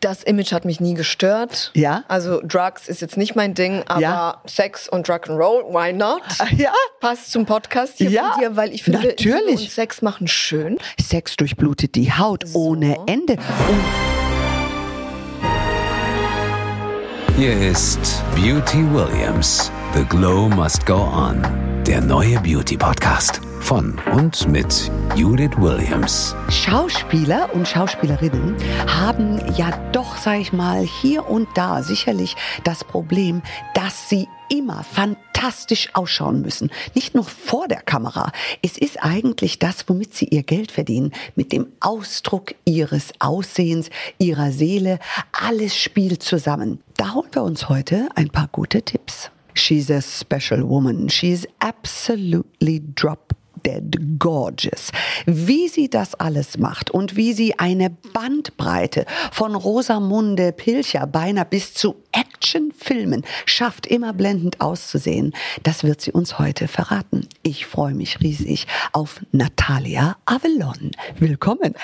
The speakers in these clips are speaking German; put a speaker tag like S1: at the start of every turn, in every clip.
S1: Das Image hat mich nie gestört.
S2: Ja?
S1: Also Drugs ist jetzt nicht mein Ding, aber
S2: Ja. Ah,
S1: Sex und Rock'n'Roll, why not?
S2: Ja.
S1: Passt zum Podcast hier
S2: Ja,
S1: von dir, weil ich finde,
S2: natürlich.
S1: Liebe und Sex machen schön.
S2: Sex durchblutet die Haut ohne Ende.
S3: Hier ist Beauty Williams. The Glow Must Go On. Der neue Beauty Podcast von und mit Judith Williams.
S2: Schauspieler und Schauspielerinnen haben ja doch, sag ich mal, hier und da sicherlich das Problem, dass sie immer fantastisch ausschauen müssen. Nicht nur vor der Kamera. Es ist eigentlich das, womit sie ihr Geld verdienen. Mit dem Ausdruck ihres Aussehens, ihrer Seele. Alles spielt zusammen. Da holen wir uns heute ein paar gute Tipps. She's a special woman. She is absolutely drop dead gorgeous. Wie sie das alles macht und wie sie eine Bandbreite von Rosamunde Pilcher beinahe bis zu Actionfilmen schafft, immer blendend auszusehen, das wird sie uns heute verraten. Ich freue mich riesig auf Natalia Avalon. Willkommen.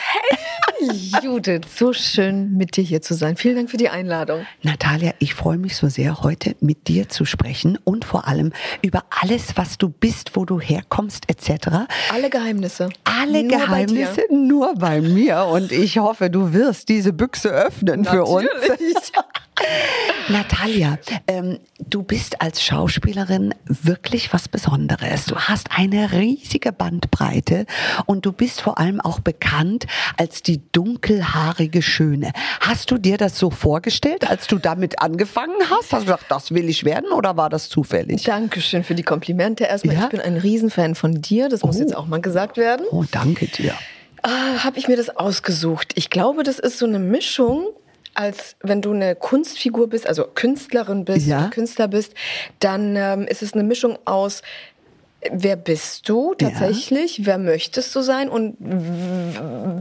S1: Judith, so schön mit dir hier zu sein. Vielen Dank für die Einladung.
S2: Natalia, ich freue mich so sehr, heute mit dir zu sprechen und vor allem über alles, was du bist, wo du herkommst, etc.
S1: Alle Geheimnisse.
S2: Alle
S1: Nur bei dir.
S2: Geheimnisse nur bei mir und ich hoffe, du wirst diese Büchse öffnen für uns.
S1: Natürlich.
S2: Natalia, ähm, du bist als Schauspielerin wirklich was Besonderes. Du hast eine riesige Bandbreite und du bist vor allem auch bekannt als die dunkelhaarige Schöne. Hast du dir das so vorgestellt, als du damit angefangen hast? Hast du gedacht, das will ich werden oder war das zufällig?
S1: Dankeschön für die Komplimente. Erstmal,
S2: Ja?
S1: ich bin ein Riesenfan von dir. Das muss
S2: Oh.
S1: jetzt auch mal gesagt werden.
S2: Oh, danke dir.
S1: Ah, habe ich mir das ausgesucht? Ich glaube, das ist so eine Mischung, als wenn du eine Kunstfigur bist, also Künstlerin bist,
S2: Ja.
S1: oder Künstler bist, dann ähm, ist es eine Mischung aus äh, Wer bist du
S2: Ja.
S1: tatsächlich? Wer möchtest du sein? Und w-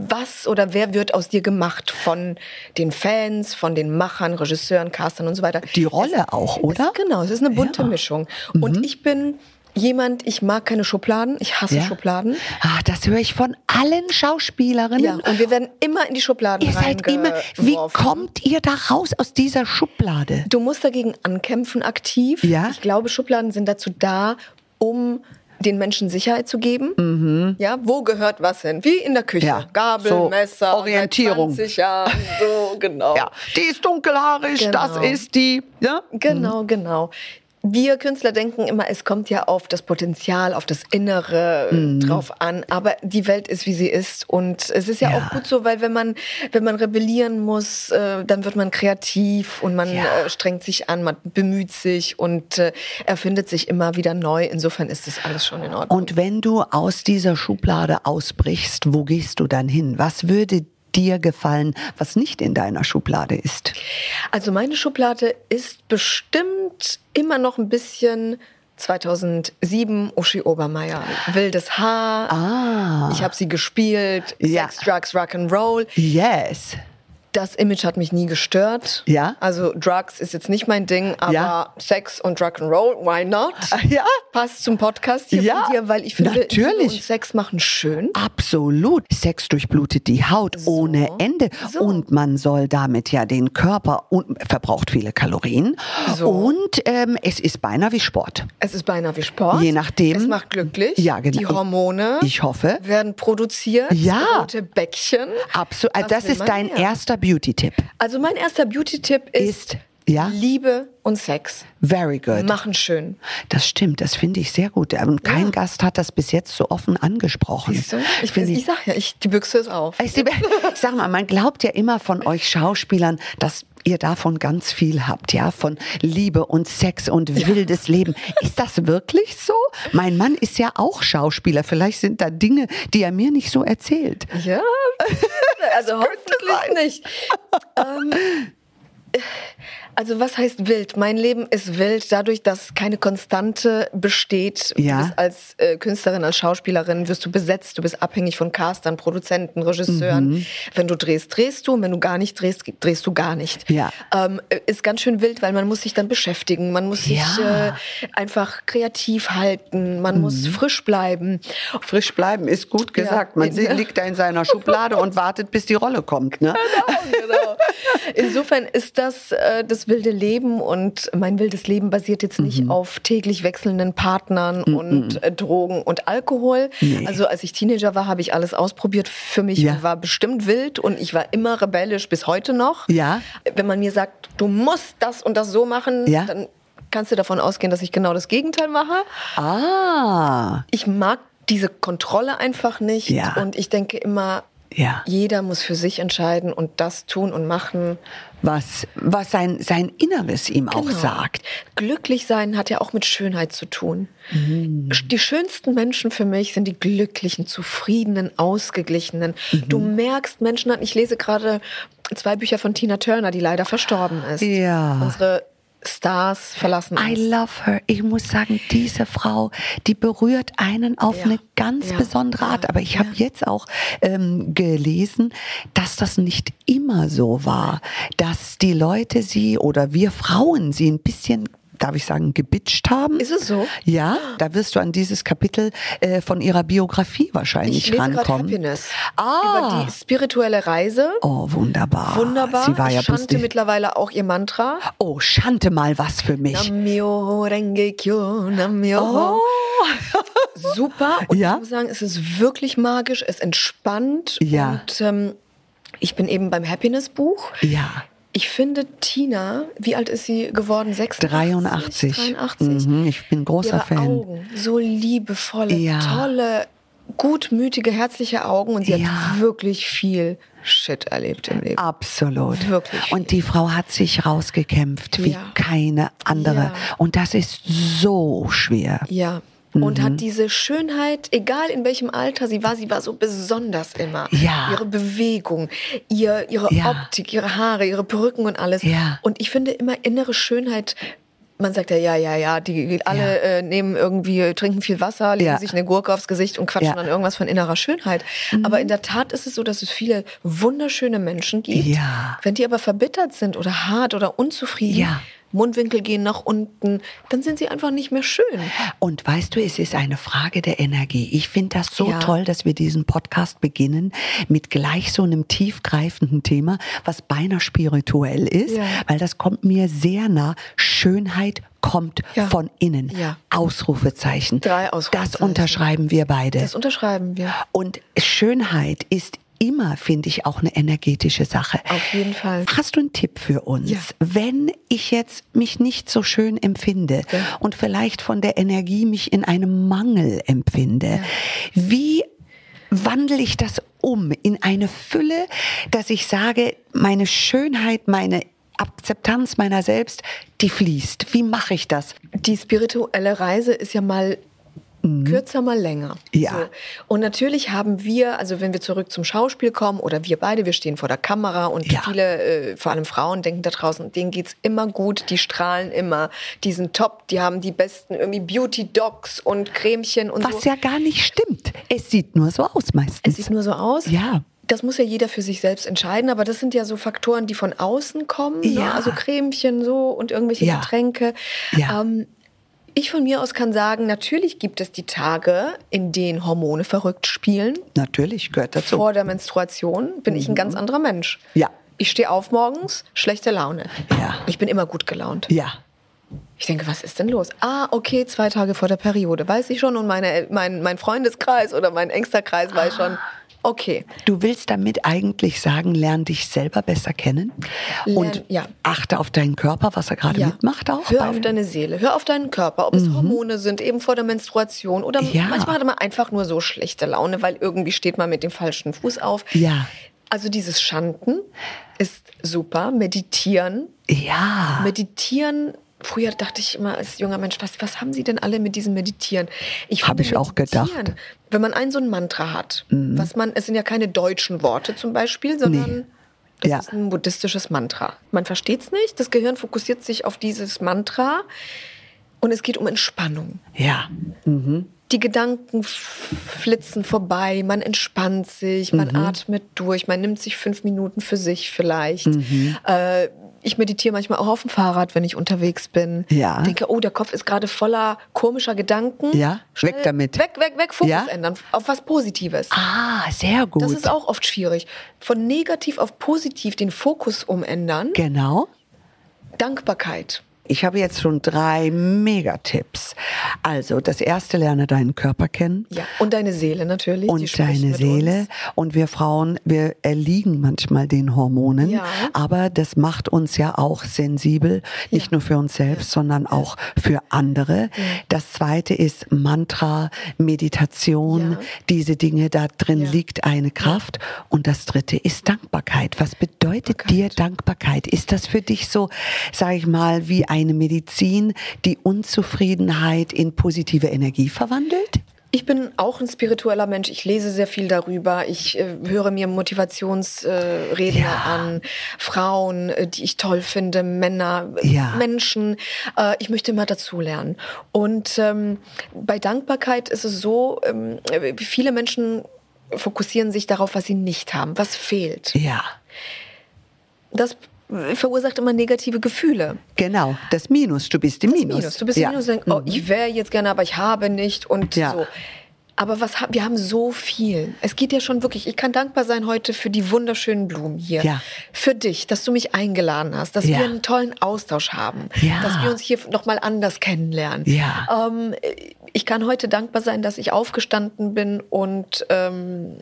S1: was oder wer wird aus dir gemacht von den Fans, von den Machern, Regisseuren, Castern und so weiter?
S2: Die Rolle
S1: es,
S2: auch, oder?
S1: Es, genau, es ist eine bunte
S2: Ja. Mhm.
S1: Mischung. Und ich bin jemand, ich mag keine Schubladen, ich hasse Schubladen.
S2: Ah, das höre ich von allen Schauspielerinnen.
S1: Ja, und wir werden immer in die Schubladen
S2: Ihr seid immer, wie
S1: reingeworfen.
S2: kommt ihr da raus aus dieser Schublade?
S1: Du musst dagegen ankämpfen aktiv.
S2: Ja.
S1: Ich glaube, Schubladen sind dazu da, um den Menschen Sicherheit zu geben. Ja, wo gehört was hin? Wie in der Küche.
S2: Mhm. Ja,
S1: Gabel,
S2: so
S1: Messer,
S2: Orientierung.
S1: Seit 20 Jahren, so genau.
S2: Ja, die ist dunkelhaarig,
S1: Genau.
S2: das ist die. ne? Ja?
S1: Genau, genau. Wir Künstler denken immer, es kommt ja auf das Potenzial, auf das Innere äh, drauf an. Aber die Welt ist, wie sie ist. Und es ist ja,
S2: Ja.
S1: auch gut so, weil wenn man, wenn man rebellieren muss, äh, dann wird man kreativ und man
S2: Ja.
S1: äh, strengt sich an, man bemüht sich und äh, erfindet sich immer wieder neu. Insofern ist das alles schon in Ordnung.
S2: Und wenn du aus dieser Schublade ausbrichst, wo gehst du dann hin? Was würde dir gefallen, was nicht in deiner Schublade ist?
S1: Also meine Schublade ist bestimmt immer noch ein bisschen 2007 Uschi Obermeier. Wildes Haar.
S2: Ah.
S1: Ich habe sie gespielt.
S2: Ja.
S1: Sex, Drugs, Rock'n'Roll.
S2: Yes.
S1: Das Image hat mich nie gestört.
S2: Ja?
S1: Also Drugs ist jetzt nicht mein Ding, aber
S2: Ja.
S1: Sex und Rock'n'Roll, why not?
S2: Ja.
S1: Passt zum Podcast hier
S2: Ja.
S1: von dir, weil ich finde,
S2: Natürlich.
S1: Liebe und Sex machen schön.
S2: Absolut. Sex durchblutet die Haut ohne Ende.
S1: So.
S2: Und man soll damit ja den Körper und verbraucht viele Kalorien.
S1: So.
S2: Und ähm, es ist beinahe wie Sport.
S1: Es ist beinahe wie Sport.
S2: Je nachdem.
S1: Es macht glücklich.
S2: Ja, genau.
S1: Die Hormone
S2: Ich hoffe.
S1: werden produziert.
S2: Ja.
S1: Rote Bäckchen.
S2: Absolut.
S1: Was
S2: also Das
S1: will
S2: ist
S1: man
S2: dein
S1: mehr?
S2: erster Beauty-Tipp.
S1: Also mein erster Beauty-Tipp ist,
S2: Ist, ja?
S1: Liebe und Sex
S2: Very good.
S1: machen schön.
S2: Das stimmt, das finde ich sehr gut. Und kein
S1: Ja.
S2: Gast hat das bis jetzt so offen angesprochen.
S1: Siehst du? Ich,
S2: Finde
S1: ich, ich sag ja, ich, die Büchse ist auf.
S2: Ich sehe- ich sag mal, man glaubt ja immer von euch Schauspielern, dass ihr davon ganz viel habt, ja, von Liebe und Sex und wildes Leben. Ist das wirklich so? Mein Mann ist ja auch Schauspieler. Vielleicht sind da Dinge, die er mir nicht so erzählt.
S1: Ja, also hoffentlich nicht. Ähm, Also was heißt wild? Mein Leben ist wild dadurch, dass keine Konstante besteht.
S2: Ja.
S1: Du bist als äh, Künstlerin, als Schauspielerin wirst du besetzt, du bist abhängig von Castern, Produzenten, Regisseuren.
S2: Mhm.
S1: Wenn du drehst, drehst du und wenn du gar nicht drehst, drehst du gar nicht.
S2: Ja.
S1: Ähm, äh, ist ganz schön wild, weil man muss sich dann beschäftigen, man muss sich äh,
S2: Ja. Mhm.
S1: einfach kreativ halten, man muss frisch bleiben.
S2: Frisch bleiben ist gut gesagt. Man sieht, liegt da in seiner Schublade und wartet, bis die Rolle kommt. Ne?
S1: genau. Insofern ist das äh, das wilde Leben und mein wildes Leben basiert jetzt
S2: Mhm.
S1: nicht auf täglich wechselnden Partnern und äh, Drogen und Alkohol. Also als ich Teenager war, habe ich alles ausprobiert. Für mich
S2: Ja.
S1: war bestimmt wild und ich war immer rebellisch bis heute noch.
S2: Ja.
S1: Wenn man mir sagt, du musst das und das so machen,
S2: Ja.
S1: dann kannst du davon ausgehen, dass ich genau das Gegenteil mache
S2: Ah,
S1: ich mag diese Kontrolle einfach nicht.
S2: Ja.
S1: Und ich denke immer,
S2: Ja.
S1: jeder muss für sich entscheiden und das tun und machen.
S2: was, was sein, sein Inneres ihm auch
S1: Genau.
S2: sagt.
S1: Glücklich sein hat ja auch mit Schönheit zu tun.
S2: Mhm.
S1: Die schönsten Menschen für mich sind die glücklichen, zufriedenen, ausgeglichenen.
S2: Mhm.
S1: Du merkst Menschen an, ich lese gerade zwei Bücher von Tina Turner, die leider verstorben ist.
S2: Ja.
S1: Unsere Stars verlassen
S2: I
S1: uns.
S2: love her. Ich muss sagen, diese Frau, die berührt einen auf
S1: Ja.
S2: eine ganz
S1: Ja.
S2: besondere Art.
S1: Ja.
S2: Aber ich habe jetzt auch ähm, gelesen, dass das nicht immer so war, dass die Leute sie oder wir Frauen sie ein bisschen Darf ich sagen, gebitscht haben?
S1: Ist es so?
S2: Ja, da wirst du an dieses Kapitel äh, von ihrer Biografie wahrscheinlich
S1: ich lese gerade
S2: rankommen.
S1: Happiness
S2: Ah.
S1: über die spirituelle Reise.
S2: Oh, wunderbar.
S1: Wunderbar.
S2: Sie war ja
S1: Chante
S2: bloß die-
S1: mittlerweile auch ihr Mantra.
S2: Oh, Schante mal was für mich.
S1: Namyo Renge Kyo,
S2: Oh.
S1: Namyo. Super. Und
S2: Ja.
S1: ich muss sagen, es ist wirklich magisch, es entspannt.
S2: Ja.
S1: Und ähm, ich bin eben beim Happiness-Buch.
S2: Ja.
S1: Ich finde Tina, wie alt ist sie geworden? 86?
S2: 83.
S1: 83.
S2: Mhm, ich bin großer
S1: Ihre
S2: Fan.
S1: Augen, so liebevolle,
S2: Ja.
S1: tolle, gutmütige, herzliche Augen. Und sie
S2: Ja.
S1: hat wirklich viel Shit erlebt im Leben.
S2: Absolut.
S1: Wirklich.
S2: Und die Frau hat sich rausgekämpft wie
S1: Ja.
S2: keine andere.
S1: Ja.
S2: Und das ist so schwer.
S1: Ja. Und
S2: Mhm.
S1: hat diese Schönheit, egal in welchem Alter sie war, sie war so besonders immer.
S2: Ja.
S1: Ihre Bewegung, ihr, ihre
S2: Ja.
S1: Optik, ihre Haare, ihre Perücken und alles.
S2: Ja.
S1: Und ich finde immer innere Schönheit, man sagt ja, ja, ja, ja, die alle
S2: Ja.
S1: Äh, nehmen irgendwie, trinken viel Wasser, legen
S2: Ja.
S1: sich eine Gurke aufs Gesicht und quatschen
S2: Ja. Mhm.
S1: dann irgendwas von innerer Schönheit. Aber in der Tat ist es so, dass es viele wunderschöne Menschen gibt.
S2: Ja.
S1: Wenn die aber verbittert sind oder hart oder unzufrieden,
S2: Ja.
S1: Mundwinkel gehen nach unten, dann sind sie einfach nicht mehr schön.
S2: Und weißt du, es ist eine Frage der Energie. Ich finde das so
S1: Ja.
S2: toll, dass wir diesen Podcast beginnen mit gleich so einem tiefgreifenden Thema, was beinahe spirituell ist,
S1: Ja.
S2: weil das kommt mir sehr nah. Schönheit kommt
S1: Ja.
S2: von innen.
S1: Ja.
S2: Ausrufezeichen.
S1: Drei
S2: Das
S1: Ausrufezeichen.
S2: unterschreiben wir beide.
S1: Das unterschreiben wir.
S2: Und Schönheit ist immer, finde ich, auch eine energetische Sache.
S1: Auf jeden Fall.
S2: Hast du einen Tipp für uns?
S1: Ja.
S2: Wenn ich jetzt mich nicht so schön empfinde
S1: Ja.
S2: und vielleicht von der Energie mich in einem Mangel empfinde, wie wandle ich das um in eine Fülle, dass ich sage, meine Schönheit, meine Akzeptanz meiner selbst, die fließt. Wie mache ich das?
S1: Die spirituelle Reise ist ja mal kürzer, mal länger.
S2: Mhm. Ja.
S1: Und natürlich haben wir, also wenn wir zurück zum Schauspiel kommen oder wir beide, wir stehen vor der Kamera und
S2: Ja.
S1: viele, äh, vor allem Frauen, denken da draußen, denen geht's immer gut, die strahlen immer, die sind top, die haben die besten irgendwie Beauty-Docs und Cremchen und so.
S2: Was ja gar nicht stimmt. Es sieht nur so aus meistens.
S1: Es sieht nur so aus.
S2: Ja.
S1: Das muss ja jeder für sich selbst entscheiden, aber das sind ja so Faktoren, die von außen kommen.
S2: Ja.
S1: Ne? Also Cremchen so und irgendwelche
S2: Ja.
S1: Getränke.
S2: Ja.
S1: Ähm, ich von mir aus kann sagen, natürlich gibt es die Tage, in denen Hormone verrückt spielen.
S2: Natürlich gehört dazu.
S1: Vor der Menstruation bin ich ein ganz anderer Mensch.
S2: Mhm. Ja.
S1: Ich stehe auf morgens, schlechte Laune.
S2: Ja.
S1: Ich bin immer gut gelaunt.
S2: ja.
S1: Ich denke, was ist denn los? Ah, okay, zwei Tage vor der Periode, weiß ich schon. Und meine, mein, mein Freundeskreis oder mein engster Kreis weiß
S2: Ah.
S1: schon, okay.
S2: Du willst damit eigentlich sagen, lern dich selber besser kennen
S1: Lern-
S2: und
S1: ja.
S2: achte auf deinen Körper, was er gerade mitmacht auch.
S1: Hör
S2: bei- Mhm.
S1: auf deine Seele, hör auf deinen Körper, ob es Hormone sind, eben vor der Menstruation oder
S2: Ja.
S1: manchmal hat man einfach nur so schlechte Laune, weil irgendwie steht man mit dem falschen Fuß auf.
S2: Ja.
S1: Also dieses Schanden ist super, meditieren,
S2: ja.
S1: meditieren. Früher dachte ich immer als junger Mensch, was, was haben Sie denn alle mit diesem Meditieren? Ich
S2: Hab
S1: finde,
S2: ich auch
S1: Meditieren,
S2: gedacht. Mhm.
S1: Wenn man ein so ein Mantra hat, was man, es sind ja keine deutschen Worte zum Beispiel, sondern Das
S2: Ja.
S1: ist ein buddhistisches Mantra. Man versteht es nicht. Das Gehirn fokussiert sich auf dieses Mantra und es geht um Entspannung.
S2: Ja.
S1: Die Gedanken f- flitzen vorbei, man entspannt sich, man
S2: Mhm.
S1: atmet durch, man nimmt sich fünf Minuten für sich vielleicht.
S2: Mhm.
S1: Äh, ich meditiere manchmal auch auf dem Fahrrad, wenn ich unterwegs bin.
S2: Ja.
S1: Denke, oh, der Kopf ist gerade voller komischer Gedanken.
S2: Ja, weg damit.
S1: Weg, weg, weg, Fokus
S2: Ja?
S1: ändern auf was Positives.
S2: Ah, sehr gut.
S1: Das ist auch oft schwierig. Von negativ auf positiv den Fokus umändern.
S2: genau.
S1: Dankbarkeit.
S2: Ich habe jetzt schon drei Megatipps. Also, das erste, lerne deinen Körper kennen.
S1: Ja. Und deine Seele natürlich. die
S2: Und
S1: spricht
S2: deine
S1: mit
S2: Seele.
S1: uns.
S2: Und wir Frauen, wir erliegen manchmal den Hormonen.
S1: Ja.
S2: Aber das macht uns ja auch sensibel. Nicht nur für uns selbst, sondern auch für andere. Das zweite ist Mantra, Meditation.
S1: Ja.
S2: Diese Dinge, da drin
S1: Ja.
S2: liegt eine Kraft. Und das dritte ist Dankbarkeit. Was bedeutet dir Dankbarkeit? Ist das für dich so, sage ich mal, wie eine Medizin, die Unzufriedenheit in positive Energie verwandelt?
S1: Ich bin auch ein spiritueller Mensch. Ich lese sehr viel darüber. Ich äh, höre mir Motivationsredner äh, Redner
S2: Ja.
S1: an. Frauen, äh, die ich toll finde, Männer, äh,
S2: Ja.
S1: Menschen. Äh, ich möchte immer dazulernen. Und ähm, bei Dankbarkeit ist es so, ähm, äh, viele Menschen fokussieren sich darauf, was sie nicht haben, was fehlt.
S2: Ja.
S1: das verursacht immer negative Gefühle.
S2: Genau, das Minus. Du bist im
S1: Das
S2: Minus.
S1: Du bist
S2: ja. Hm. Mhm.
S1: im Minus und denkst, oh, ich wäre jetzt gerne, aber ich habe nicht und
S2: Ja.
S1: so. Aber was, ha- wir haben so viel. Es geht ja schon wirklich. Ich kann dankbar sein heute für die wunderschönen Blumen hier.
S2: Ja.
S1: Für dich, dass du mich eingeladen hast, dass
S2: Ja.
S1: wir einen tollen Austausch haben,
S2: Ja.
S1: dass wir uns hier nochmal anders kennenlernen.
S2: Ja.
S1: Ähm, ich kann heute dankbar sein, dass ich aufgestanden bin und ähm,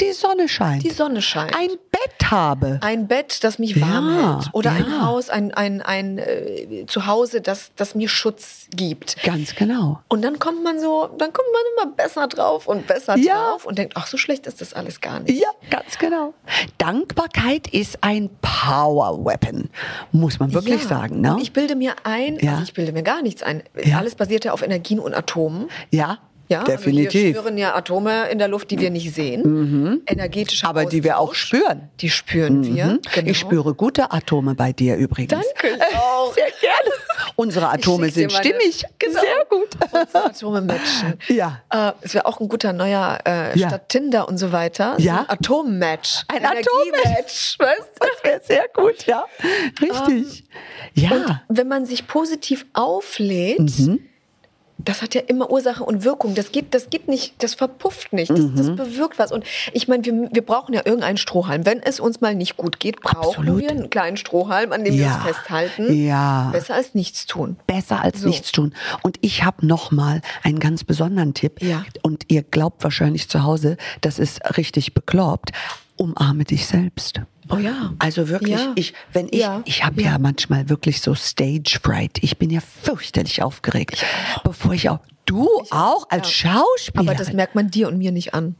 S2: Die Sonne scheint.
S1: die Sonne scheint.
S2: Ein Bett habe.
S1: ein Bett, das mich warm
S2: Ja,
S1: hält. Oder
S2: ja.
S1: ein Haus, ein, ein, ein äh, Zuhause, das, das mir Schutz gibt.
S2: Ganz genau.
S1: Und dann kommt man so, dann kommt man immer besser drauf und besser
S2: Ja.
S1: drauf und denkt, ach, so schlecht ist das alles gar nicht.
S2: Ja, ganz genau. Dankbarkeit ist ein Power Weapon, muss man wirklich
S1: Ja.
S2: sagen, ne?
S1: Und ich bilde mir ein,
S2: Ja.
S1: also ich bilde mir gar nichts ein.
S2: Ja.
S1: Alles basiert ja auf Energien und Atomen.
S2: ja,
S1: Ja, Also hier
S2: definitiv. Mhm.
S1: schwirren ja Atome in der Luft, die wir nicht sehen. Energetischer
S2: Aber die wir auch
S1: Austausch,
S2: spüren.
S1: Die spüren wir. Genau.
S2: Ich spüre gute Atome bei dir übrigens.
S1: Danke. ich Auch.
S2: Sehr gerne. Unsere Atome
S1: Ich schick
S2: sind
S1: dir meine-
S2: stimmig.
S1: Genau.
S2: Sehr gut.
S1: Unsere Atome matchen.
S2: Ja.
S1: Äh, es wäre auch ein guter neuer, äh,
S2: Ja.
S1: statt Tinder und so weiter,
S2: Ja.
S1: so ein Atom-Match.
S2: Ein
S1: Energiematch, weißt du?
S2: Das wäre sehr gut, ja. Richtig. ja.
S1: Ähm,
S2: Mhm.
S1: Und wenn man sich positiv auflädt, das hat ja immer Ursache und Wirkung. Das geht, das geht nicht, das verpufft nicht, das,
S2: Mhm.
S1: das bewirkt was. Und ich meine, wir, wir brauchen ja irgendeinen Strohhalm. Wenn es uns mal nicht gut geht, brauchen
S2: Absolut.
S1: wir einen kleinen Strohhalm, an dem
S2: Ja.
S1: wir uns festhalten.
S2: Ja.
S1: Besser als nichts tun.
S2: besser als
S1: So.
S2: nichts tun. Und ich habe nochmal einen ganz besonderen Tipp.
S1: Ja.
S2: Und ihr glaubt wahrscheinlich zu Hause, das ist richtig bekloppt. Umarme dich selbst.
S1: Oh ja.
S2: Also wirklich,
S1: Ja.
S2: ich, wenn ich,
S1: Ja.
S2: ich habe ja. manchmal wirklich so Stage Fright. Ich bin ja fürchterlich aufgeregt, bevor ich auch, du auch als Schauspieler.
S1: Aber das merkt man dir und mir nicht an.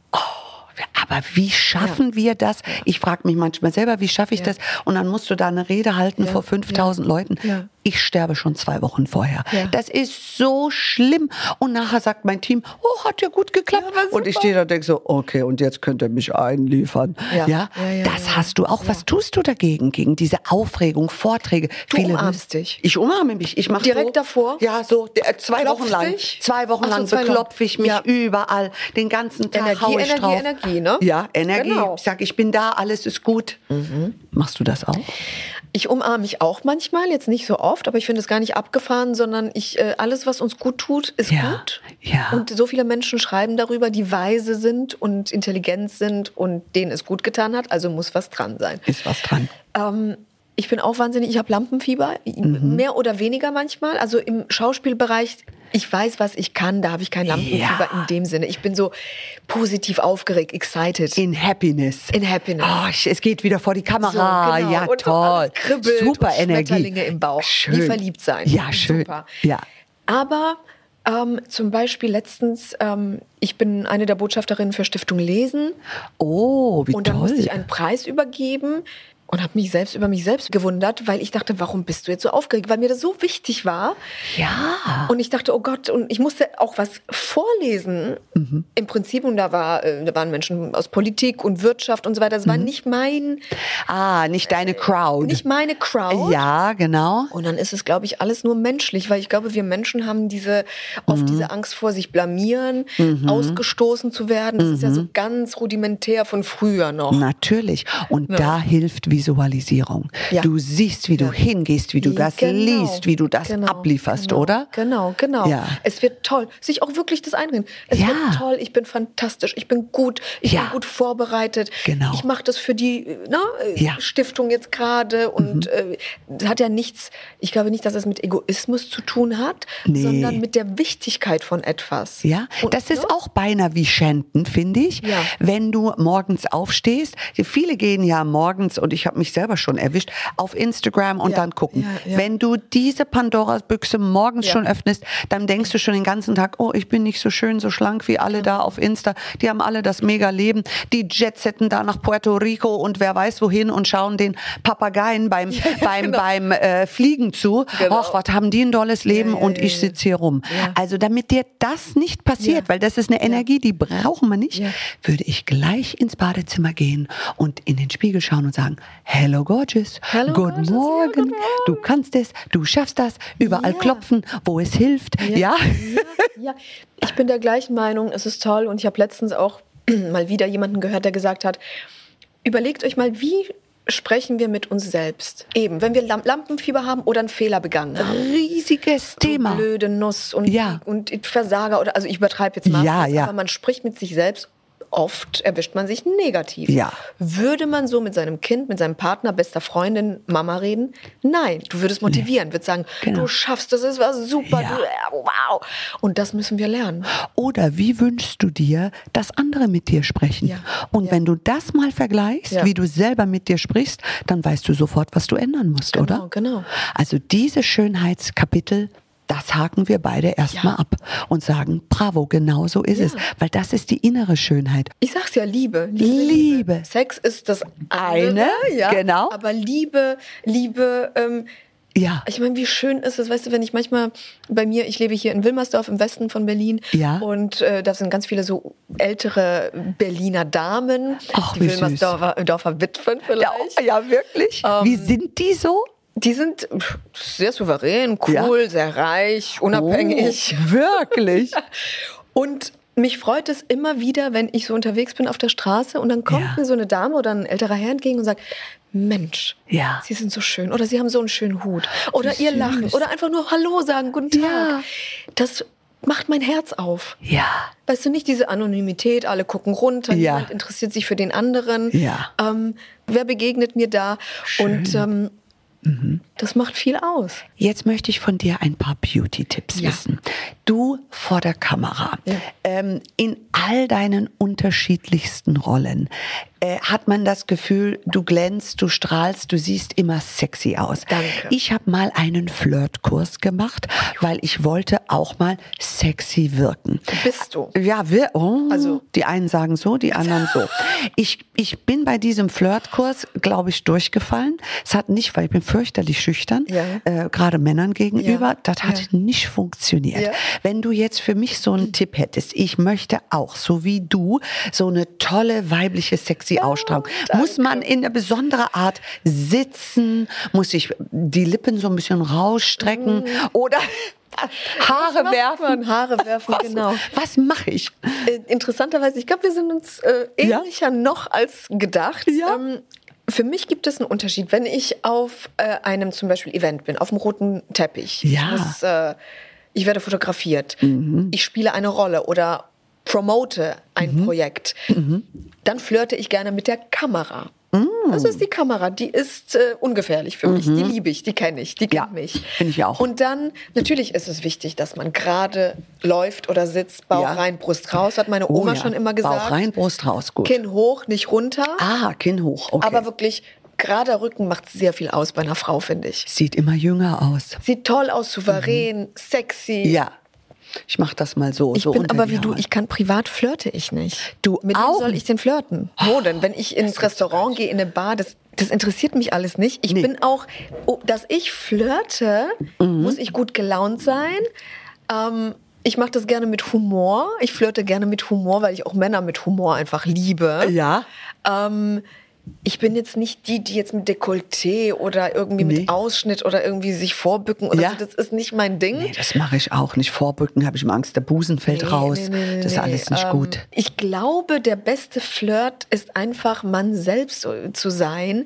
S2: Aber wie schaffen wir das? Ich frage mich manchmal selber, wie schaffe ich das? Und dann musst du da eine Rede halten
S1: Ja,
S2: vor 5000 Leuten.
S1: ja.
S2: Ich sterbe schon zwei Wochen vorher.
S1: Ja.
S2: Das ist so schlimm. Und nachher sagt mein Team, oh, hat ja gut geklappt.
S1: Ja, war
S2: und ich
S1: super.
S2: stehe da und denke so, okay, und jetzt könnt ihr mich einliefern. Ja,
S1: Ja. Ja, ja,
S2: das
S1: ja.
S2: hast du auch. Was tust du dagegen? Gegen diese Aufregung, Vorträge?
S1: Du umarmst dich.
S2: Ich umarme mich. Ich mache so,
S1: Direkt davor?
S2: Ja, so äh, zwei
S1: Klopfst
S2: Wochen lang.
S1: dich?
S2: Zwei Wochen
S1: Ach so,
S2: lang
S1: zwei lang.
S2: beklopfe ich mich
S1: Ja.
S2: überall. Den ganzen Tag
S1: Energie,
S2: hau ich
S1: Energie,
S2: drauf.
S1: Energie, ne?
S2: Ja, Energie.
S1: Genau.
S2: Ich sag, ich bin da, alles ist gut. Machst du das auch?
S1: Ich umarme mich auch manchmal, jetzt nicht so oft, aber ich finde es gar nicht abgefahren, sondern ich äh, alles, was uns gut tut, ist
S2: Ja,
S1: gut.
S2: ja.
S1: Und so viele Menschen schreiben darüber, die weise sind und intelligent sind und denen es gut getan hat, also muss was dran sein.
S2: Ist was dran.
S1: Ähm, ich bin auch wahnsinnig, ich habe Lampenfieber,
S2: Mhm.
S1: mehr oder weniger manchmal. Also im Schauspielbereich, ich weiß, was ich kann, da habe ich kein Lampenfieber
S2: Ja.
S1: in dem Sinne. Ich bin so positiv aufgeregt, excited.
S2: In Happiness.
S1: In Happiness.
S2: Oh, ich- es geht wieder vor die Kamera.
S1: So, genau.
S2: Ja,
S1: Und so
S2: toll.
S1: alles kribbelt
S2: Super
S1: und
S2: Energie.
S1: Schmetterlinge im Bauch. Wie verliebt sein.
S2: Ja, schön.
S1: Super.
S2: Ja.
S1: Aber ähm, zum Beispiel letztens, ähm, ich bin eine der Botschafterinnen für Stiftung Lesen
S2: Oh, wie
S1: und da
S2: toll.
S1: musste ich einen Preis übergeben. und habe mich selbst über mich selbst gewundert, weil ich dachte, warum bist du jetzt so aufgeregt? Weil mir das so wichtig war.
S2: Ja.
S1: Und ich dachte, oh Gott, und ich musste auch was vorlesen
S2: Mhm.
S1: im Prinzip. Und da, war, äh, da waren Menschen aus Politik und Wirtschaft und so weiter. Das
S2: Mhm.
S1: war nicht mein,
S2: Ah, nicht deine Crowd.
S1: Äh, nicht meine Crowd.
S2: ja, genau.
S1: Und dann ist es, glaube ich, alles nur menschlich, weil ich glaube, wir Menschen haben diese oft diese Angst vor sich blamieren, ausgestoßen zu werden. Das ist ja so ganz rudimentär von früher noch.
S2: Natürlich. Und da hilft Visualisierung.
S1: Ja.
S2: Du siehst, wie du hingehst, wie du das
S1: Genau,
S2: liest, wie du das
S1: genau,
S2: ablieferst,
S1: genau,
S2: oder?
S1: Genau, genau.
S2: Ja.
S1: Es wird toll. Sich auch wirklich das einreden. Es
S2: Ja.
S1: wird toll, ich bin fantastisch, ich bin gut, ich
S2: Ja.
S1: bin gut vorbereitet.
S2: Genau.
S1: Ich mache das für die ne, äh,
S2: Ja. Mhm.
S1: Stiftung jetzt gerade und äh, das hat ja nichts, ich glaube nicht, dass es mit Egoismus zu tun hat,
S2: Nee.
S1: sondern mit der Wichtigkeit von etwas.
S2: Ja,
S1: Und,
S2: das ist
S1: ne?
S2: auch beinahe wie Schänden, finde ich.
S1: Ja.
S2: Wenn du morgens aufstehst, viele gehen ja morgens, und ich habe mich selber schon erwischt, auf Instagram und
S1: Ja,
S2: dann gucken.
S1: ja, ja.
S2: Wenn du diese Pandoras-Büchse morgens
S1: Ja.
S2: schon öffnest, dann denkst du schon den ganzen Tag, oh, ich bin nicht so schön, so schlank wie alle da auf Insta. Die haben alle das mega Leben. Die jetsetten da nach Puerto Rico und wer weiß wohin und schauen den Papageien beim, beim, beim äh, Fliegen zu.
S1: Genau.
S2: Och, was haben die ein dolles Leben
S1: ja,
S2: und
S1: ja,
S2: ich
S1: ja.
S2: sitze hier rum.
S1: Ja.
S2: Also damit dir das nicht passiert,
S1: Ja.
S2: weil das ist eine Energie, die brauchen wir nicht,
S1: Ja.
S2: würde ich gleich ins Badezimmer gehen und in den Spiegel schauen und sagen, hello gorgeous,
S1: Hello,
S2: good,
S1: gorgeous. Ja,
S2: morning.
S1: guten Morgen.
S2: du kannst es, du schaffst das, überall
S1: Ja.
S2: klopfen, wo es hilft, ja?
S1: Ja, ich bin der gleichen Meinung, es ist toll und ich habe letztens auch mal wieder jemanden gehört, der gesagt hat, überlegt euch mal, wie sprechen wir mit uns selbst? Eben, wenn wir Lam- Lampenfieber haben oder einen Fehler begangen haben.
S2: Riesiges Thema.
S1: Blöde Nuss und,
S2: Ja.
S1: und Versager oder also ich übertreibe jetzt
S2: Ja,
S1: mal,
S2: ja.
S1: aber man spricht mit sich selbst oft erwischt man sich negativ.
S2: Ja.
S1: Würde man so mit seinem Kind, mit seinem Partner, bester Freundin, Mama reden? Nein, du würdest motivieren, würdest sagen,
S2: Genau.
S1: du schaffst das, es war super,
S2: Ja.
S1: du, äh, wow. Und das müssen wir lernen.
S2: Oder wie wünschst du dir, dass andere mit dir sprechen?
S1: Ja.
S2: Und wenn du das mal vergleichst,
S1: Ja.
S2: wie du selber mit dir sprichst, dann weißt du sofort, was du ändern musst, oder?
S1: genau.
S2: Also diese Schönheitskapitel, das haken wir beide erstmal
S1: Ja.
S2: ab und sagen, bravo, genau so ist es, weil das ist die innere Schönheit.
S1: Ich sag's ja, Liebe.
S2: Liebe.
S1: Sex ist das
S2: Eine,
S1: eine, ja.
S2: genau.
S1: Aber Liebe, Liebe, ähm,
S2: Ja.
S1: ich meine, wie schön ist es, weißt du, wenn ich manchmal bei mir, ich lebe hier in Wilmersdorf im Westen von Berlin
S2: Ja.
S1: und äh, da sind ganz viele so ältere Berliner Damen,
S2: Ach,
S1: die
S2: wie süß.
S1: Wilmersdorfer Dorfer Witwen
S2: Ja,
S1: vielleicht.
S2: ja, wirklich? wie
S1: Ähm,
S2: sind die so?
S1: Die sind pff, sehr souverän, cool,
S2: Ja.
S1: sehr reich, unabhängig.
S2: Oh, wirklich?
S1: Und mich freut es immer wieder, wenn ich so unterwegs bin auf der Straße und dann kommt
S2: Ja.
S1: mir so eine Dame oder ein älterer Herr entgegen und sagt, Mensch,
S2: Ja.
S1: Sie sind so schön oder Sie haben so einen schönen Hut oder
S2: Wie
S1: Ihr Lachen
S2: süß.
S1: oder einfach nur Hallo sagen, guten Tag.
S2: Ja.
S1: Das macht mein Herz auf.
S2: ja.
S1: Weißt du nicht, diese Anonymität, alle gucken runter,
S2: Ja.
S1: niemand interessiert sich für den anderen.
S2: Ja.
S1: Ähm, wer begegnet mir da? Und ähm,
S2: Mhm.
S1: das macht viel aus.
S2: Jetzt möchte ich von dir ein paar Beauty-Tipps
S1: Ja.
S2: wissen. Du vor der Kamera,
S1: Ja.
S2: ähm, in all deinen unterschiedlichsten Rollen, äh, hat man das Gefühl, du glänzt, du strahlst, du siehst immer sexy aus.
S1: Danke.
S2: Ich habe mal einen Flirtkurs gemacht, weil ich wollte auch mal sexy wirken.
S1: Bist du?
S2: Ja, wir, oh, also
S1: Also-
S2: die einen sagen so, die anderen so. Ich, ich bin bei diesem Flirtkurs, glaube ich, durchgefallen. Es hat nicht, weil ich bin fürchterlich schüchtern,
S1: Ja.
S2: äh, gerade Männern gegenüber.
S1: Ja.
S2: Das hat nicht funktioniert.
S1: Ja.
S2: Wenn du jetzt für mich so einen Tipp hättest, ich möchte auch, so wie du, so eine tolle weibliche sexy Ausstrahlung. Muss man in einer besonderen Art sitzen? Muss ich die Lippen so ein bisschen rausstrecken? Oder Haare
S1: Mhm. macht
S2: werfen?
S1: man? Haare werfen,
S2: was,
S1: genau.
S2: Was mache ich?
S1: Äh, interessanterweise, ich glaube, wir sind uns äh,
S2: Ja.
S1: ähnlicher noch als gedacht.
S2: Ja.
S1: Ähm, für mich gibt es einen Unterschied, wenn ich auf äh, einem zum Beispiel Event bin, auf dem roten Teppich.
S2: Ja. Mhm.
S1: Ich, muss, äh, ich werde fotografiert, ich spiele eine Rolle oder promote ein Projekt.
S2: Mhm.
S1: Dann flirte ich gerne mit der Kamera. Das ist die Kamera, die ist äh, ungefährlich für mich. Die liebe ich, die kenne ich, die
S2: Mhm. Ja,
S1: kennt mich.
S2: finde ich auch.
S1: Und und dann, natürlich ist es wichtig, dass man gerade läuft oder sitzt, Bauch
S2: Ja.
S1: rein, Brust raus, hat meine
S2: Oh
S1: Oma
S2: ja.
S1: schon immer gesagt.
S2: Bauch rein, Brust raus, gut.
S1: Kinn hoch, nicht runter.
S2: Ah, Kinn hoch, okay.
S1: Aber wirklich, gerader Rücken macht sehr viel aus bei einer Frau, finde ich.
S2: Sieht immer jünger aus.
S1: Sieht toll aus, souverän, sexy.
S2: Mhm. Ja. Ich mache das mal so.
S1: Ich
S2: so
S1: bin
S2: unter
S1: aber
S2: die
S1: wie du,
S2: Haut.
S1: ich kann privat flirte ich nicht.
S2: Du
S1: Mit
S2: auch
S1: wem soll ich denn flirten? Wo denn? Wenn ich ins Restaurant gehe, in eine Bar, das, das interessiert mich alles nicht. Ich
S2: Nee.
S1: bin auch, oh, dass ich flirte, muss ich gut gelaunt sein. Ähm, ich mache das gerne mit Humor. Ich flirte gerne mit Humor, weil ich auch Männer mit Humor einfach liebe.
S2: Ja.
S1: Ähm, ich bin jetzt nicht die, die jetzt mit Dekolleté oder irgendwie
S2: Nee.
S1: mit Ausschnitt oder irgendwie sich vorbücken. Oder
S2: Ja.
S1: so. Das ist nicht mein Ding.
S2: Nee, das mache ich auch nicht. Vorbücken habe ich immer Angst, der Busen fällt
S1: Nee,
S2: raus.
S1: nee, nee, nee,
S2: das ist
S1: nee.
S2: alles nicht
S1: Ähm,
S2: gut.
S1: Ich glaube, der beste Flirt ist einfach, man selbst zu sein.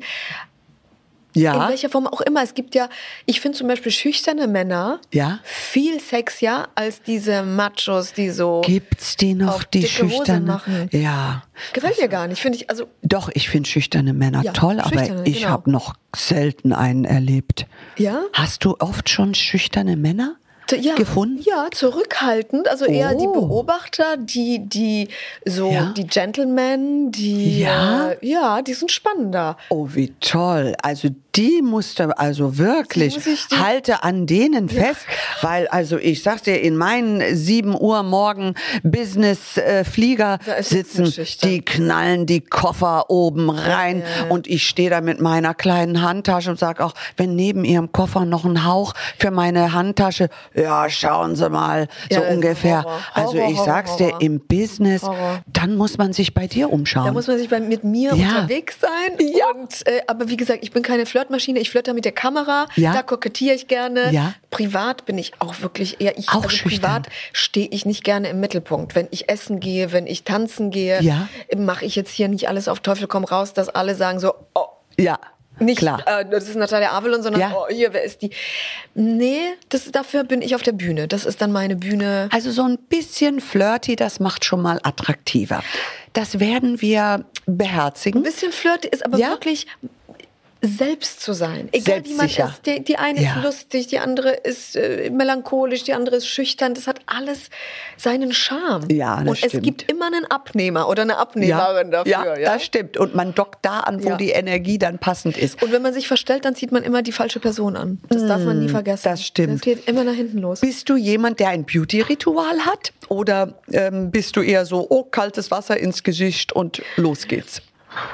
S1: In
S2: Ja,
S1: welcher Form auch immer. Es gibt ja, ich finde zum Beispiel schüchterne Männer
S2: Ja.
S1: viel sexier als diese Machos, die so.
S2: gibt's die noch,
S1: auf
S2: die
S1: dicke Hose
S2: schüchterne?
S1: machen.
S2: Ja.
S1: Gefällt mir gar nicht, finde ich. Also,
S2: Doch, ich finde schüchterne Männer
S1: Ja,
S2: toll, aber
S1: schüchterne,
S2: ich
S1: genau.
S2: habe noch selten einen erlebt.
S1: Ja?
S2: Hast du oft schon schüchterne Männer
S1: t- ja,
S2: gefunden?
S1: ja, zurückhaltend. Also eher die
S2: Oh.
S1: Beobachter, die, die so,
S2: Ja.
S1: die Gentlemen, die
S2: Ja?
S1: äh, ja, die sind spannender.
S2: Oh, wie toll. Also die musste, also wirklich,
S1: muss ich die-
S2: halte an denen fest, weil also ich sag dir, in meinen 7 Uhr morgen Business-Flieger
S1: Da ist jetzt
S2: sitzen,
S1: eine Schicht,
S2: die knallen die Koffer oben rein und ich stehe da mit meiner kleinen Handtasche und sag auch, wenn neben ihrem Koffer noch ein Hauch für meine Handtasche, ja, schauen Sie mal, so
S1: Ja, also
S2: ungefähr.
S1: Horror.
S2: Also
S1: Horror,
S2: ich
S1: Horror,
S2: sag's
S1: Horror.
S2: dir, im Business,
S1: Horror.
S2: dann muss man sich bei dir umschauen.
S1: Da muss man sich bei, mit mir
S2: Ja.
S1: unterwegs sein. Ja. Und, äh, aber wie gesagt, ich bin keine Flirtmaschine. Ich flirte mit der Kamera.
S2: Ja.
S1: Da kokettiere ich gerne.
S2: Ja.
S1: Privat bin ich auch wirklich eher. Ich,
S2: Auch
S1: also
S2: schüchtern.
S1: privat stehe ich nicht gerne im Mittelpunkt. Wenn ich essen gehe, wenn ich tanzen gehe,
S2: Ja.
S1: mache ich jetzt hier nicht alles auf Teufel komm raus, dass alle sagen so, oh,
S2: ja,
S1: nicht,
S2: klar.
S1: Äh, das ist Natalia Avelon, sondern
S2: Ja.
S1: oh, hier, wer ist die? Nee, das, dafür bin ich auf der Bühne. Das ist dann meine Bühne.
S2: Also so ein bisschen flirty, das macht schon mal attraktiver. Das werden wir beherzigen.
S1: ein bisschen Flirt ist aber
S2: Ja.
S1: wirklich selbst zu sein. Egal wie man
S2: Selbstsicher.
S1: ist. Die, die eine
S2: Ja.
S1: ist lustig, die andere ist äh, melancholisch, die andere ist schüchtern. Das hat alles seinen Charme.
S2: Ja, das
S1: Und es
S2: stimmt.
S1: gibt immer einen Abnehmer oder eine Abnehmerin dafür. Ja,
S2: das stimmt. Und man dockt da an, wo
S1: Ja.
S2: die Energie dann passend ist.
S1: Und wenn man sich verstellt, dann zieht man immer die falsche Person an. Das darf man nie vergessen.
S2: Mm, das stimmt.
S1: Das geht immer nach hinten los.
S2: Bist du jemand, der ein Beauty-Ritual hat? Oder ähm, bist du eher so, oh, kaltes Wasser ins Gesicht und los geht's?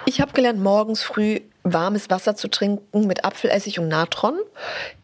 S1: Ich habe gelernt, morgens früh warmes Wasser zu trinken mit Apfelessig und Natron.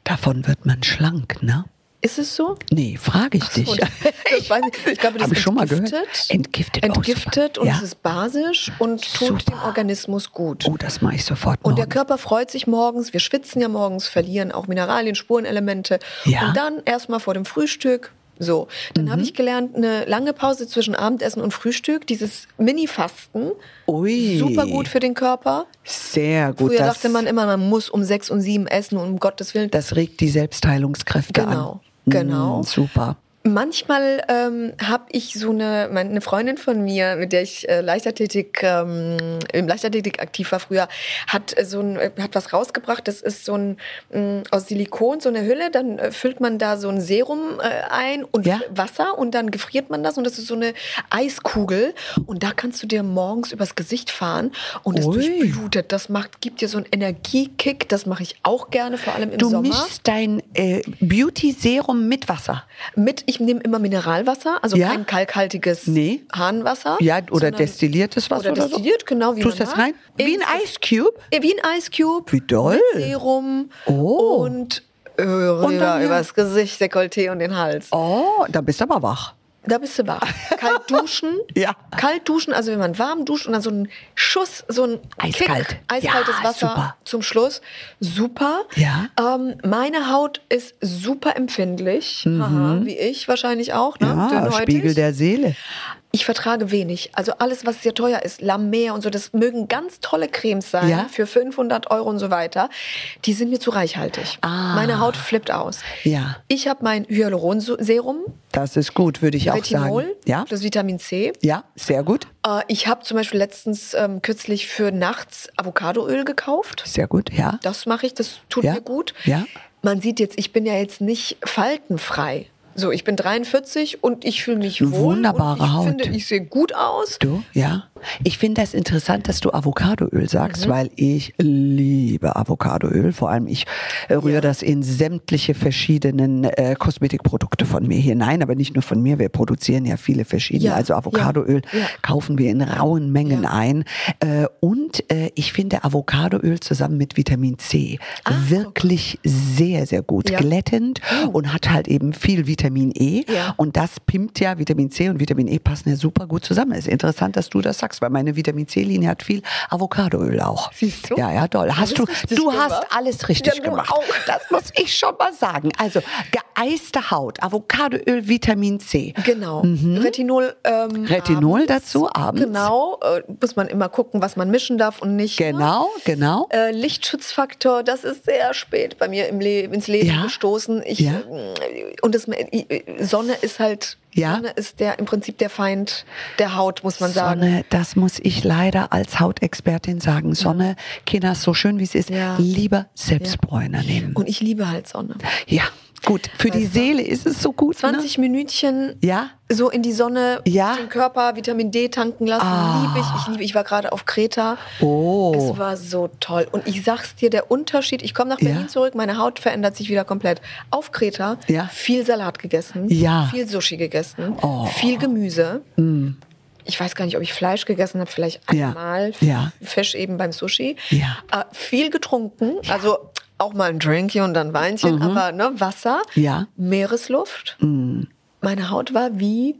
S2: Davon wird man schlank, ne?
S1: Ist es so?
S2: Nee, frage ich dich.
S1: Und das weiß ich, ich glaube, das
S2: Hab ich
S1: ist
S2: schon mal gehört.
S1: entgiftet.
S2: Entgiftet, oh,
S1: entgiftet
S2: super.
S1: und
S2: Ja.
S1: es ist basisch und tut
S2: Super.
S1: dem Organismus gut.
S2: Oh, das mache ich sofort
S1: Und der
S2: morgens.
S1: Körper freut sich morgens. Wir schwitzen ja morgens, verlieren auch Mineralien, Spurenelemente.
S2: Ja. Mhm.
S1: Und dann erstmal vor dem Frühstück. So, dann habe ich gelernt, eine lange Pause zwischen Abendessen und Frühstück, dieses Mini-Fasten,
S2: Ui.
S1: super gut für den Körper.
S2: Sehr gut.
S1: Früher
S2: das,
S1: dachte man immer, man muss um sechs und sieben essen und um Gottes Willen.
S2: das regt die Selbstheilungskräfte an.
S1: Genau, genau.
S2: Mm, super.
S1: Manchmal ähm, habe ich so eine, meine, eine Freundin von mir, mit der ich äh, Leichtathletik, ähm, im Leichtathletik aktiv war früher, hat äh, so ein, äh, hat was rausgebracht. Das ist so ein ähm, aus Silikon, so eine Hülle. Dann äh, füllt man da so ein Serum äh, ein und
S2: Ja.
S1: Wasser und dann gefriert man das und das ist so eine Eiskugel und da kannst du dir morgens übers Gesicht fahren und das
S2: Ui.
S1: durchblutet. Das macht, gibt dir so einen Energiekick. Das mache ich auch gerne, vor allem im
S2: Du
S1: Sommer.
S2: mischst dein äh, Beauty-Serum mit Wasser.
S1: Mit, ich nehme immer Mineralwasser, also
S2: Ja?
S1: kein kalkhaltiges
S2: Nee.
S1: Hahnwasser.
S2: Ja, oder
S1: sondern-
S2: destilliertes Wasser
S1: Oder
S2: oder,
S1: destilliert,
S2: so.
S1: genau wie
S2: Tust
S1: man
S2: das
S1: mag.
S2: rein? Wie ein
S1: Ins-
S2: Ice Cube?
S1: Ja, Äh, Wie ein Ice Cube.
S2: Wie doll.
S1: Mit Serum.
S2: Oh.
S1: Und äh, rüber,
S2: Und dann, ja.
S1: übers Gesicht, Dekolleté und den Hals.
S2: Oh, da bist du aber wach.
S1: Da bist du wach. Kalt duschen.
S2: Ja.
S1: Kalt duschen, also wenn man warm duscht und dann so einen Schuss, so ein
S2: Eiskalt.
S1: Kick, eiskaltes
S2: Ja,
S1: Wasser
S2: super.
S1: zum Schluss. Super.
S2: Ja.
S1: Ähm, meine Haut ist super empfindlich, Haha, wie ich wahrscheinlich auch. Ne?
S2: Mhm. Ja,
S1: Dünnhäutig.
S2: Spiegel der Seele.
S1: Ich vertrage wenig. Also alles, was sehr teuer ist, La Mer und so, das mögen ganz tolle Cremes sein
S2: Ja.
S1: für 500 Euro und so weiter. Die sind mir zu reichhaltig.
S2: Ah.
S1: Meine Haut flippt aus.
S2: Ja.
S1: Ich habe mein Hyaluronserum,
S2: Das ist gut, würde ich auch sagen.
S1: Retinol
S2: Ja,
S1: plus Vitamin C.
S2: ja, sehr gut,
S1: Äh, ich habe zum Beispiel letztens ähm, kürzlich für nachts Avocadoöl gekauft.
S2: sehr gut, ja.
S1: Das mache ich, das tut
S2: Ja.
S1: mir gut.
S2: Ja.
S1: Man sieht jetzt, ich bin ja jetzt nicht faltenfrei. So, ich bin 43 und ich fühle mich
S2: Eine
S1: wohl.
S2: wunderbare
S1: und ich
S2: Haut.
S1: finde, ich sehe gut aus.
S2: Du, ja. Ich finde das interessant, dass du Avocadoöl sagst,
S1: Mhm.
S2: weil ich liebe Avocadoöl. Vor allem ich äh, rühre das in sämtliche verschiedenen äh, Kosmetikprodukte von mir hier. Nein, aber nicht nur von mir. Wir produzieren ja viele verschiedene.
S1: Ja,
S2: Also
S1: ja,
S2: Avocadoöl
S1: ja.
S2: kaufen wir in rauen Mengen
S1: Ja.
S2: ein. Äh, und äh, ich finde Avocadoöl zusammen mit Vitamin C wirklich sehr, sehr gut.
S1: Ah, Ja.
S2: Glättend und hat halt eben viel Vitamin E.
S1: Ja.
S2: Und das pimmt ja, Vitamin C und Vitamin E passen ja super gut zusammen. Ist interessant, dass du das sagst, weil meine Vitamin C-Linie hat viel Avocadoöl auch.
S1: Siehst du?
S2: Ja, ja, toll. Hast du,
S1: Alles richtig
S2: du hast
S1: gemacht.
S2: alles richtig
S1: Ja, du
S2: gemacht.
S1: auch.
S2: Das muss ich schon mal sagen. Also geeiste Haut, Avocadoöl, Vitamin C. Hm.
S1: Genau. Retinol. Ähm,
S2: Mhm. Retinol
S1: abends.
S2: dazu abends.
S1: Genau. Äh, muss man immer gucken, was man mischen darf und nicht. ne?
S2: Genau, genau.
S1: Äh, Lichtschutzfaktor, das ist sehr spät bei mir im Le ins Leben
S2: Ja?
S1: gestoßen. Ich,
S2: Ja?
S1: äh, Und das, äh, Sonne ist halt,
S2: Ja?
S1: Sonne ist der im Prinzip der Feind der Haut, muss man sagen.
S2: Sonne, das muss ich leider als Hautexpertin sagen. Sonne, Kinder, so schön wie es ist,
S1: Ja.
S2: lieber Selbstbräuner nehmen.
S1: Und ich liebe halt Sonne.
S2: Ja, gut. Für die
S1: Weißt du?
S2: Seele ist es so gut. ne?
S1: 20 Minütchen
S2: Ja.
S1: so in die Sonne,
S2: Ja.
S1: den Körper Vitamin D tanken lassen.
S2: Ah.
S1: Liebe ich, ich liebe. Ich war gerade auf Kreta.
S2: ne? Oh.
S1: Es war so toll. Und ich sag's dir, der Unterschied, ich komme nach Berlin
S2: Ja.
S1: zurück, meine Haut verändert sich wieder komplett. Auf Kreta
S2: Ja.
S1: viel Salat gegessen,
S2: Ja.
S1: viel Sushi gegessen,
S2: Oh. Mm.
S1: viel Gemüse. Ich weiß gar nicht, ob ich Fleisch gegessen habe, vielleicht
S2: Ja.
S1: einmal,
S2: Ja.
S1: Fisch eben beim Sushi.
S2: Ja.
S1: Äh, viel getrunken, also auch mal ein Drink hier und dann Weinchen, aber ne, Wasser,
S2: Mhm. Ja. Mhm.
S1: Meeresluft. Meine Haut war wie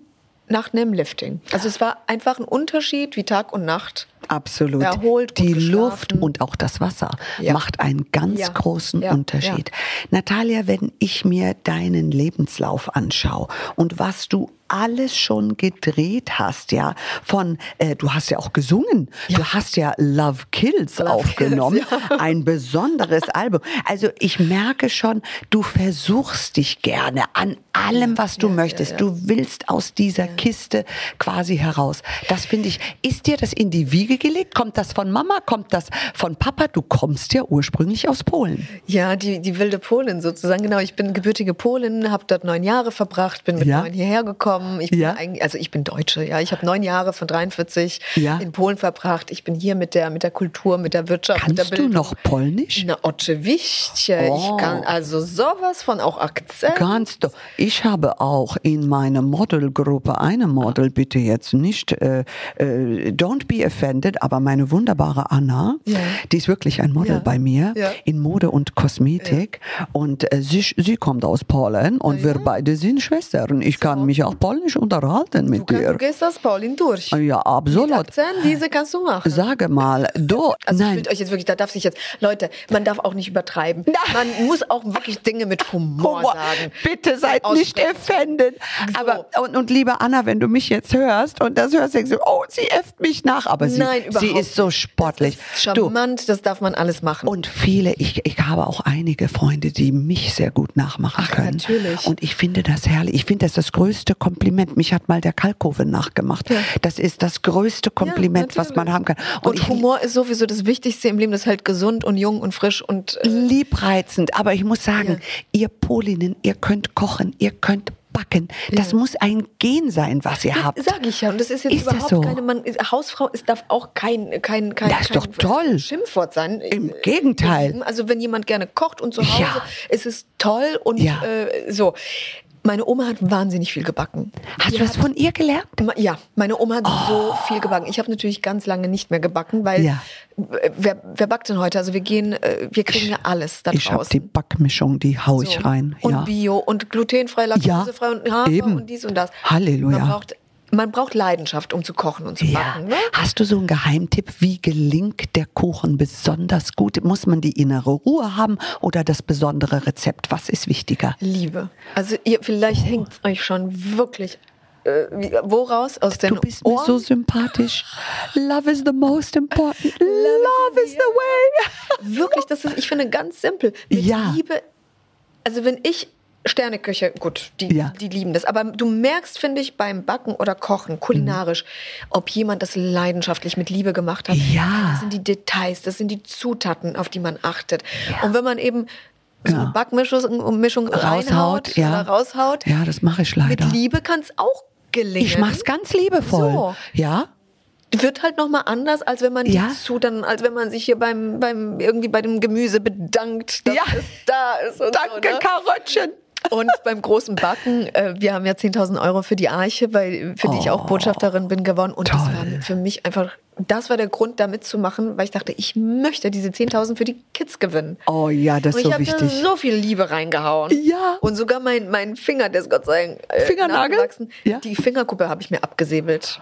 S1: nach einem Lifting. Also es war einfach ein Unterschied wie Tag und Nacht.
S2: Absolut.
S1: Erholt, gut
S2: die
S1: geschlafen.
S2: Luft und auch das Wasser
S1: Ja.
S2: macht einen ganz
S1: Ja.
S2: großen
S1: Ja.
S2: Unterschied. Natalia, wenn ich mir deinen Lebenslauf anschaue und was du alles schon gedreht hast, ja, von, äh, du hast ja auch gesungen, du hast ja Love Kills aufgenommen, ein besonderes Album. Also ich merke schon, du versuchst dich gerne an allem, was du möchtest. Du willst aus dieser Kiste quasi heraus. Das finde ich, ist dir das in die Wiege gelegt? Kommt das von Mama? Kommt das von Papa? Du kommst ja ursprünglich aus Polen.
S1: Ja, die, die wilde Polin sozusagen. Genau, ich bin gebürtige Polin, habe dort neun Jahre verbracht, bin mit
S2: Ja.
S1: neun hierher gekommen. Ich bin
S2: Ja.
S1: eigentlich, also ich bin Deutsche, ja. Ich habe neun Jahre von 43
S2: Ja.
S1: in Polen verbracht. Ich bin hier mit der, mit der Kultur, mit der Wirtschaft, mit der
S2: Kannst du
S1: Bildung.
S2: noch Polnisch?
S1: Na, oczywiście.
S2: Oh.
S1: Ich kann also sowas von auch Akzent.
S2: Kannst du. Ich habe auch in meiner Modelgruppe eine Model, bitte jetzt nicht, äh, äh, don't be offended, aber meine wunderbare Anna,
S1: Ja.
S2: die ist wirklich ein Model
S1: Ja.
S2: bei mir
S1: Ja.
S2: in Mode und Kosmetik und äh, sie, sie kommt aus Polen und
S1: Ah,
S2: wir beide sind Schwestern. Ich kann mich auch polnisch unterhalten mit
S1: du, kannst, du
S2: dir.
S1: gehst das Polin durch.
S2: Ja,
S1: Mit
S2: absolut.
S1: Akzent, diese kannst du machen.
S2: Sage mal, du,
S1: Also ich
S2: nein,
S1: will euch jetzt wirklich, da darf sich jetzt, Leute, man darf auch nicht übertreiben. Man muss auch wirklich Dinge mit Humor,
S2: Humor.
S1: sagen.
S2: Bitte seid nicht
S1: Aussprechen.
S2: offended.
S1: So.
S2: Aber, und, und liebe Anna, wenn du mich jetzt hörst und das hörst, denkst du, oh, sie äfft mich nach. Aber sie,
S1: Nein, überhaupt
S2: sie ist so
S1: nicht.
S2: sportlich.
S1: Das ist charmant, das darf man alles machen.
S2: Du, und viele, ich, ich habe auch einige Freunde, die mich sehr gut nachmachen können.
S1: natürlich.
S2: Und ich finde das herrlich. Ich finde das das größte Kompliment. Mich hat mal der Kalkofe nachgemacht. Das ist das größte Kompliment, was man
S1: natürlich.
S2: haben kann.
S1: und
S2: ich-
S1: Humor ist sowieso das Wichtigste im Leben. Das hält gesund und jung und frisch und äh,
S2: liebreizend, aber ich muss sagen,
S1: Ja.
S2: ihr Polinnen, ihr könnt kochen, ihr könnt backen. Das muss ein Gen sein, was ihr habt.
S1: sag ich ja. Und das ist jetzt
S2: Ist das
S1: überhaupt
S2: so?
S1: keine Mann. Hausfrau, es darf auch kein kein kein,
S2: Das ist
S1: kein
S2: doch toll.
S1: Schimpfwort sein.
S2: Im Gegenteil.
S1: Also wenn jemand gerne kocht und zu Hause,
S2: Ja.
S1: es ist toll und
S2: Ja.
S1: äh, so. Meine Oma hat wahnsinnig viel gebacken.
S2: Hast
S1: Die
S2: du was
S1: hat-
S2: von ihr gelernt?
S1: Ma- Ja, meine Oma hat so viel gebacken. Ich habe natürlich ganz lange nicht mehr gebacken, weil
S2: Oh. Ja.
S1: äh, wer, wer backt denn heute? Also wir gehen, äh, wir kriegen ja alles da
S2: Ich habe die
S1: draußen.
S2: Backmischung, die hau
S1: So.
S2: ich rein.
S1: Und
S2: ja.
S1: Bio und glutenfrei, laktosefrei und Hafer
S2: eben.
S1: und dies und das.
S2: Halleluja.
S1: Man braucht, man braucht Leidenschaft, um zu kochen und zu
S2: Ja.
S1: backen. Ne?
S2: Hast du so einen Geheimtipp, wie gelingt der Kuchen besonders gut? Muss man die innere Ruhe haben oder das besondere Rezept? Was ist wichtiger?
S1: Liebe. Also ihr,
S2: Oh.
S1: vielleicht hängt's euch schon wirklich äh, wie- woraus? Aus den
S2: Du bist mir
S1: Ohren?
S2: so sympathisch. Love is the most important. Love, is the way.
S1: Wirklich, das ist, ich finde, ganz simpel. Mit
S2: Ja.
S1: Liebe. Also wenn ich Sterneköche, gut, die,
S2: Ja.
S1: die lieben das, aber du merkst, finde ich, beim Backen oder Kochen, kulinarisch, ob jemand das leidenschaftlich mit Liebe gemacht hat.
S2: Mhm. Ja.
S1: Das sind die Details, das sind die Zutaten, auf die man achtet. Und wenn man eben so eine
S2: Ja.
S1: Backmischung Mischung reinhaut
S2: Raushaut, ja.
S1: oder raushaut,
S2: Ja, das mache ich leider.
S1: mit Liebe kann es auch gelingen.
S2: Ich mach's ganz liebevoll.
S1: So.
S2: Ja?
S1: wird halt nochmal anders, als wenn man die
S2: Ja.
S1: zu dann, als wenn man sich hier beim, beim irgendwie bei dem Gemüse bedankt, dass
S2: Ja.
S1: es da ist. Und so, ne?
S2: Karottchen.
S1: Und beim großen Backen, äh, wir haben ja 10.000 Euro für die Arche, weil, für die ich auch Botschafterin bin, gewonnen. Und das
S2: Oh. Toll.
S1: war für mich einfach, das war der Grund, da mitzumachen, weil ich dachte, ich möchte diese 10.000 für die Kids gewinnen.
S2: Oh ja, das ist
S1: Und ich
S2: so
S1: habe da
S2: wichtig.
S1: so viel Liebe reingehauen.
S2: Ja.
S1: Und sogar mein, mein Finger, der ist Gott sei Dank äh,
S2: Fingernagel?
S1: nachgewachsen,
S2: Ja.
S1: die Fingerkuppe habe ich mir abgesäbelt.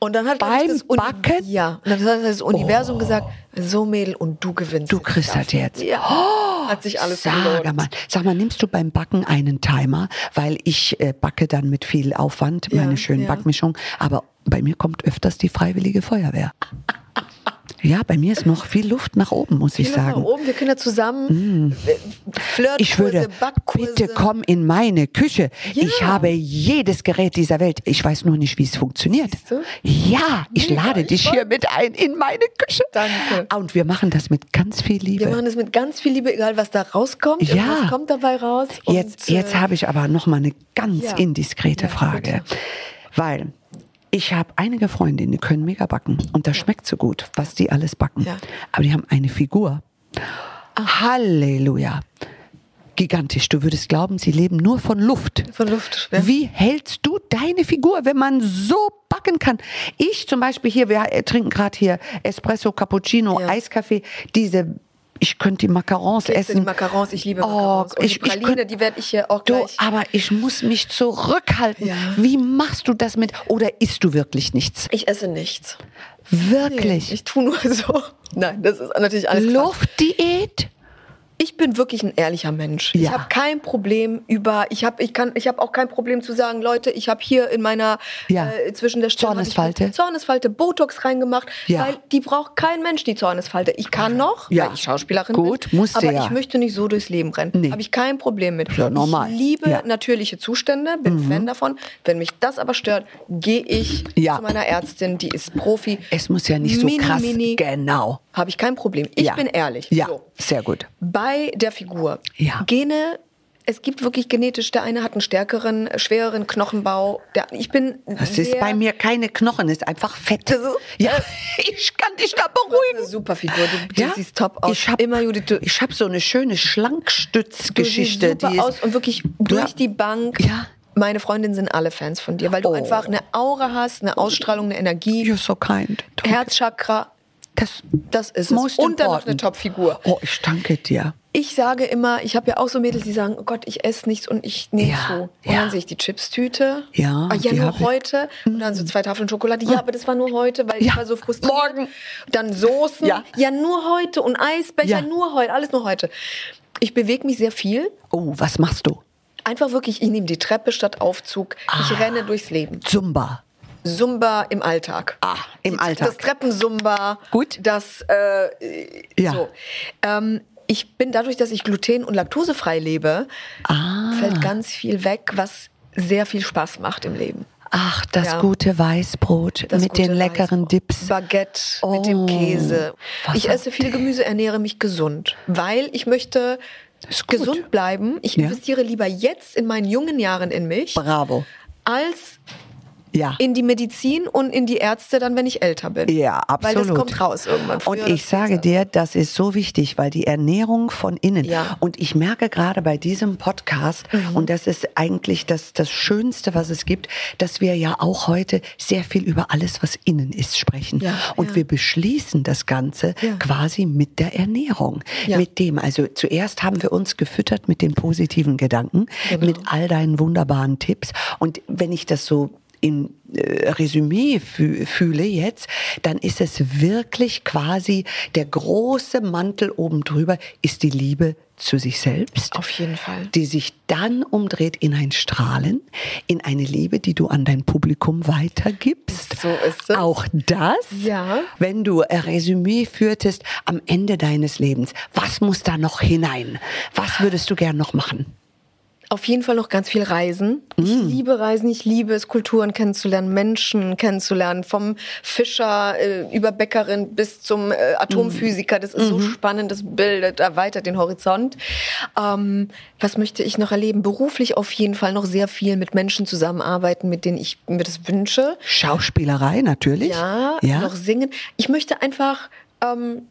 S1: Und dann hat glaub
S2: Beim
S1: ich, das Uni-
S2: Backen? Oh.
S1: Ja. Und dann hat das Universum gesagt, so Mädel und du gewinnst.
S2: Du kriegst das jetzt. Oh,
S1: Ja. hat sich alles
S2: Sag
S1: gelohnt.
S2: mal, sag mal, nimmst du beim Backen einen Timer? Weil ich äh, backe dann mit viel Aufwand
S1: Ja,
S2: meine schönen
S1: ja.
S2: Backmischung. Aber bei mir kommt öfters die Freiwillige Feuerwehr. Ja, bei mir ist noch viel Luft nach oben, muss ich
S1: Geh doch mal
S2: sagen.
S1: Oben, wir können ja zusammen äh, Flirtkurse,
S2: Ich würde,
S1: Backkurse.
S2: bitte komm in meine Küche.
S1: Ja.
S2: Ich habe jedes Gerät dieser Welt. Ich weiß nur nicht, wie es funktioniert.
S1: Siehst du?
S2: Ja, ich
S1: Mega,
S2: lade
S1: ich
S2: dich hier mit ein in meine Küche.
S1: Danke.
S2: Ah, Und wir machen das mit ganz viel Liebe.
S1: Wir machen es mit ganz viel Liebe, egal was da rauskommt.
S2: Ja.
S1: Was kommt dabei raus? Und, äh,
S2: Jetzt, jetzt habe ich aber noch mal eine ganz
S1: ja.
S2: indiskrete
S1: Ja,
S2: Frage, weil ich habe einige Freundinnen, die können mega backen und das schmeckt so gut, was die alles backen.
S1: Ja.
S2: Aber die haben eine Figur. Halleluja. Gigantisch. Du würdest glauben, sie leben nur von Luft.
S1: Von Luft, ja.
S2: Wie hältst du deine Figur, wenn man so backen kann? Ich zum Beispiel hier, wir äh, trinken gerade hier Espresso, Cappuccino,
S1: Ja.
S2: Eiskaffee, diese, ich könnte die Macarons
S1: Kennst du
S2: essen.
S1: Die Macarons, ich liebe Macarons.
S2: Oh,
S1: Und die Praline,
S2: könnt-
S1: die werde ich hier auch
S2: du,
S1: gleich.
S2: Aber ich muss mich zurückhalten.
S1: Ja.
S2: Wie machst du das mit? Oder isst du wirklich nichts?
S1: Ich esse nichts.
S2: Wirklich?
S1: Ich tue nur so. Nein, das ist natürlich alles Quatsch.
S2: Luftdiät?
S1: Ich bin wirklich ein ehrlicher Mensch. Ich
S2: Ja.
S1: habe kein Problem über, ich habe ich kann ich habe auch kein Problem zu sagen, Leute, ich habe hier in meiner
S2: Ja.
S1: äh, zwischen der Stirn hab ich
S2: Zornesfalte.
S1: mit Zornesfalte Botox reingemacht,
S2: Ja.
S1: weil die braucht kein Mensch die Zornesfalte. Ich kann noch,
S2: Ja.
S1: weil ich Schauspielerin
S2: Gut,
S1: bin,
S2: musste
S1: aber
S2: ja.
S1: ich möchte nicht so durchs Leben rennen.
S2: Nee.
S1: Habe ich kein Problem mit.
S2: Ja, normal.
S1: Ich liebe
S2: Ja. Mhm.
S1: natürliche Zustände, bin Fan davon. Wenn mich das aber stört, gehe ich
S2: Ja.
S1: zu meiner Ärztin, die ist Profi.
S2: Es muss ja nicht so
S1: Mini,
S2: krass.
S1: mini.
S2: Genau.
S1: Habe ich kein Problem. Ich
S2: Ja.
S1: bin ehrlich.
S2: Ja,
S1: So.
S2: sehr gut.
S1: Bei der Figur.
S2: Ja.
S1: Gene, es gibt wirklich genetisch, der eine hat einen stärkeren, äh, schwereren Knochenbau. Der, ich bin.
S2: Das ist bei mir keine Knochen, ist einfach Fett.
S1: Das ist- äh,
S2: ja, ich kann dich da beruhigen.
S1: Eine super Figur. Du, du
S2: Ja?
S1: siehst top aus.
S2: Ich habe
S1: Immer Judith. Du,
S2: hab so eine schöne
S1: du siehst
S2: Schlankstützgeschichte.
S1: super
S2: die ist-
S1: aus und wirklich
S2: Ja.
S1: durch die Bank.
S2: Ja.
S1: Meine Freundinnen sind alle Fans von dir, weil du
S2: Oh.
S1: einfach eine Aura hast, eine Ausstrahlung, eine Energie,
S2: You're so kind.
S1: Herzchakra.
S2: Das,
S1: Das ist es.
S2: Most
S1: Und dann noch eine
S2: important.
S1: Top-Figur.
S2: Oh, ich danke dir.
S1: Ich sage immer, ich habe ja auch so Mädels, die sagen, oh Gott, ich esse nichts und ich nehme
S2: Ja,
S1: zu. Und
S2: ja.
S1: dann sehe ich die Chipstüte.
S2: Ja,
S1: Ah, ja
S2: die
S1: nur
S2: habe ich. Mhm.
S1: heute. Und dann so zwei Tafeln Schokolade. Ja, aber das war nur heute, weil ich
S2: Ja,
S1: war so frustriert.
S2: morgen.
S1: Dann Soßen.
S2: Ja.
S1: ja, nur heute. Und Eisbecher,
S2: Ja.
S1: nur heute. Alles nur heute. Ich bewege mich sehr viel.
S2: Oh, was machst du?
S1: Einfach wirklich, ich nehme die Treppe statt Aufzug.
S2: Ah.
S1: Ich renne durchs Leben.
S2: Zumba.
S1: Zumba im Alltag.
S2: Ah, im
S1: Die-
S2: Alltag.
S1: Das Treppensumba.
S2: Gut.
S1: Das, äh,
S2: Ja.
S1: ja. so. Ähm, ich bin dadurch, dass ich gluten- und laktosefrei lebe,
S2: Ah.
S1: fällt ganz viel weg, was sehr viel Spaß macht im Leben.
S2: Ach, das
S1: Ja.
S2: gute Weißbrot
S1: Das
S2: mit
S1: gute
S2: den leckeren
S1: Reis-
S2: Dips.
S1: Baguette mit dem
S2: Oh,
S1: Käse.
S2: was
S1: Ich
S2: hat
S1: esse viele
S2: der?
S1: Gemüse, ernähre mich gesund, weil ich möchte
S2: ist gut.
S1: gesund bleiben. Ich
S2: Ja.
S1: investiere lieber jetzt in meinen jungen Jahren in mich,
S2: Bravo.
S1: als
S2: Ja.
S1: in die Medizin und in die Ärzte dann, wenn ich älter bin.
S2: ja, absolut.
S1: Weil das kommt raus irgendwann. Früher
S2: Und
S1: oder
S2: ich sage
S1: später.
S2: dir, das ist so wichtig, weil die Ernährung von innen.
S1: Ja. Mhm.
S2: Und ich merke gerade bei diesem Podcast, und das ist eigentlich das, das Schönste, was es gibt, dass wir ja auch heute sehr viel über alles, was innen ist, sprechen.
S1: Ja,
S2: und
S1: ja.
S2: wir beschließen das Ganze
S1: Ja.
S2: quasi mit der Ernährung.
S1: Ja.
S2: Mit dem, also zuerst haben wir uns gefüttert mit den positiven Gedanken,
S1: Genau.
S2: mit all deinen wunderbaren Tipps. Und wenn ich das so in äh, Resümee fü fühle jetzt, dann ist es wirklich quasi der große Mantel oben drüber, ist die Liebe zu sich selbst.
S1: Auf jeden Fall.
S2: Die sich dann umdreht in ein Strahlen, in eine Liebe, die du an dein Publikum weitergibst.
S1: So ist es.
S2: Auch das,
S1: Ja.
S2: wenn du ein Resümee führtest am Ende deines Lebens. Was muss da noch hinein? Was würdest du gern noch machen?
S1: Auf jeden Fall noch ganz viel Reisen.
S2: Mm.
S1: Ich liebe Reisen, ich liebe es, Kulturen kennenzulernen, Menschen kennenzulernen, vom Fischer äh, über Bäckerin bis zum äh, Atomphysiker. Das ist so
S2: Mhm.
S1: spannend, das bildet, erweitert den Horizont. Ähm, was möchte ich noch erleben? Beruflich auf jeden Fall noch sehr viel mit Menschen zusammenarbeiten, mit denen ich mir das wünsche.
S2: Schauspielerei natürlich.
S1: Ja,
S2: ja.
S1: noch singen. Ich möchte einfach ähm,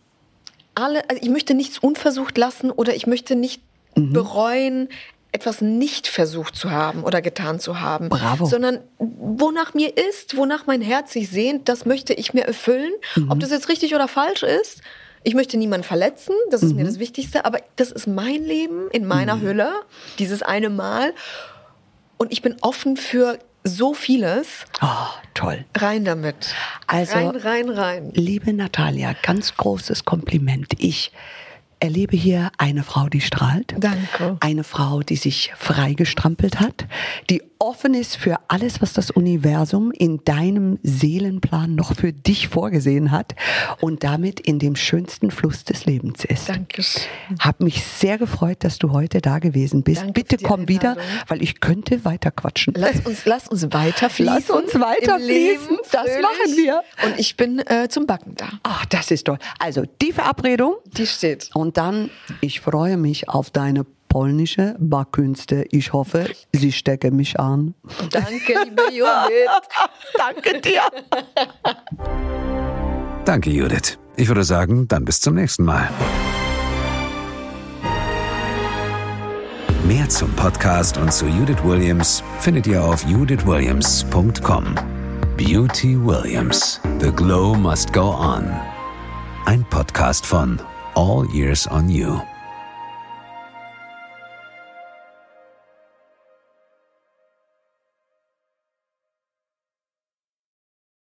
S1: alle, also ich möchte nichts unversucht lassen oder ich möchte nicht
S2: Mhm.
S1: bereuen, etwas nicht versucht zu haben oder getan zu haben.
S2: Bravo.
S1: Sondern wonach mir ist, wonach mein Herz sich sehnt, das möchte ich mir erfüllen.
S2: Mhm.
S1: Ob das jetzt richtig oder falsch ist. Ich möchte niemanden verletzen, das ist mir
S2: Mhm.
S1: das Wichtigste, aber das ist mein Leben in meiner Hülle, dieses eine Mal. Und ich bin offen für so vieles.
S2: Oh, toll.
S1: Rein damit.
S2: Also-
S1: rein, rein, rein.
S2: Liebe Natalia, ganz großes Kompliment. Ich erlebe hier eine Frau, die strahlt.
S1: Danke.
S2: Eine Frau, die sich freigestrampelt hat, die offen ist für alles, was das Universum in deinem Seelenplan noch für dich vorgesehen hat und damit in dem schönsten Fluss des Lebens ist.
S1: Dankeschön.
S2: Hab mich sehr gefreut, dass du heute da gewesen bist.
S1: Danke
S2: Bitte
S1: für die
S2: komm wieder,
S1: Einladung.
S2: weil ich könnte weiter quatschen.
S1: Lass uns, lass uns weiterfließen.
S2: Lass uns weiterfließen.
S1: im Leben,
S2: Das
S1: fröhlich.
S2: machen wir.
S1: Und ich bin äh, zum Backen da.
S2: Ach, das ist toll. Also die Verabredung.
S1: Die steht.
S2: Und dann, ich freue mich auf deine polnische Backkünste. Ich hoffe, sie stecken mich an.
S1: Danke, liebe Judith.
S2: Danke dir.
S3: Danke, Judith. Ich würde sagen, dann bis zum nächsten Mal. Mehr zum Podcast und zu Judith Williams findet ihr auf judithwilliams.com. Beauty Williams. The Glow Must Go On. Ein Podcast von All Years on You.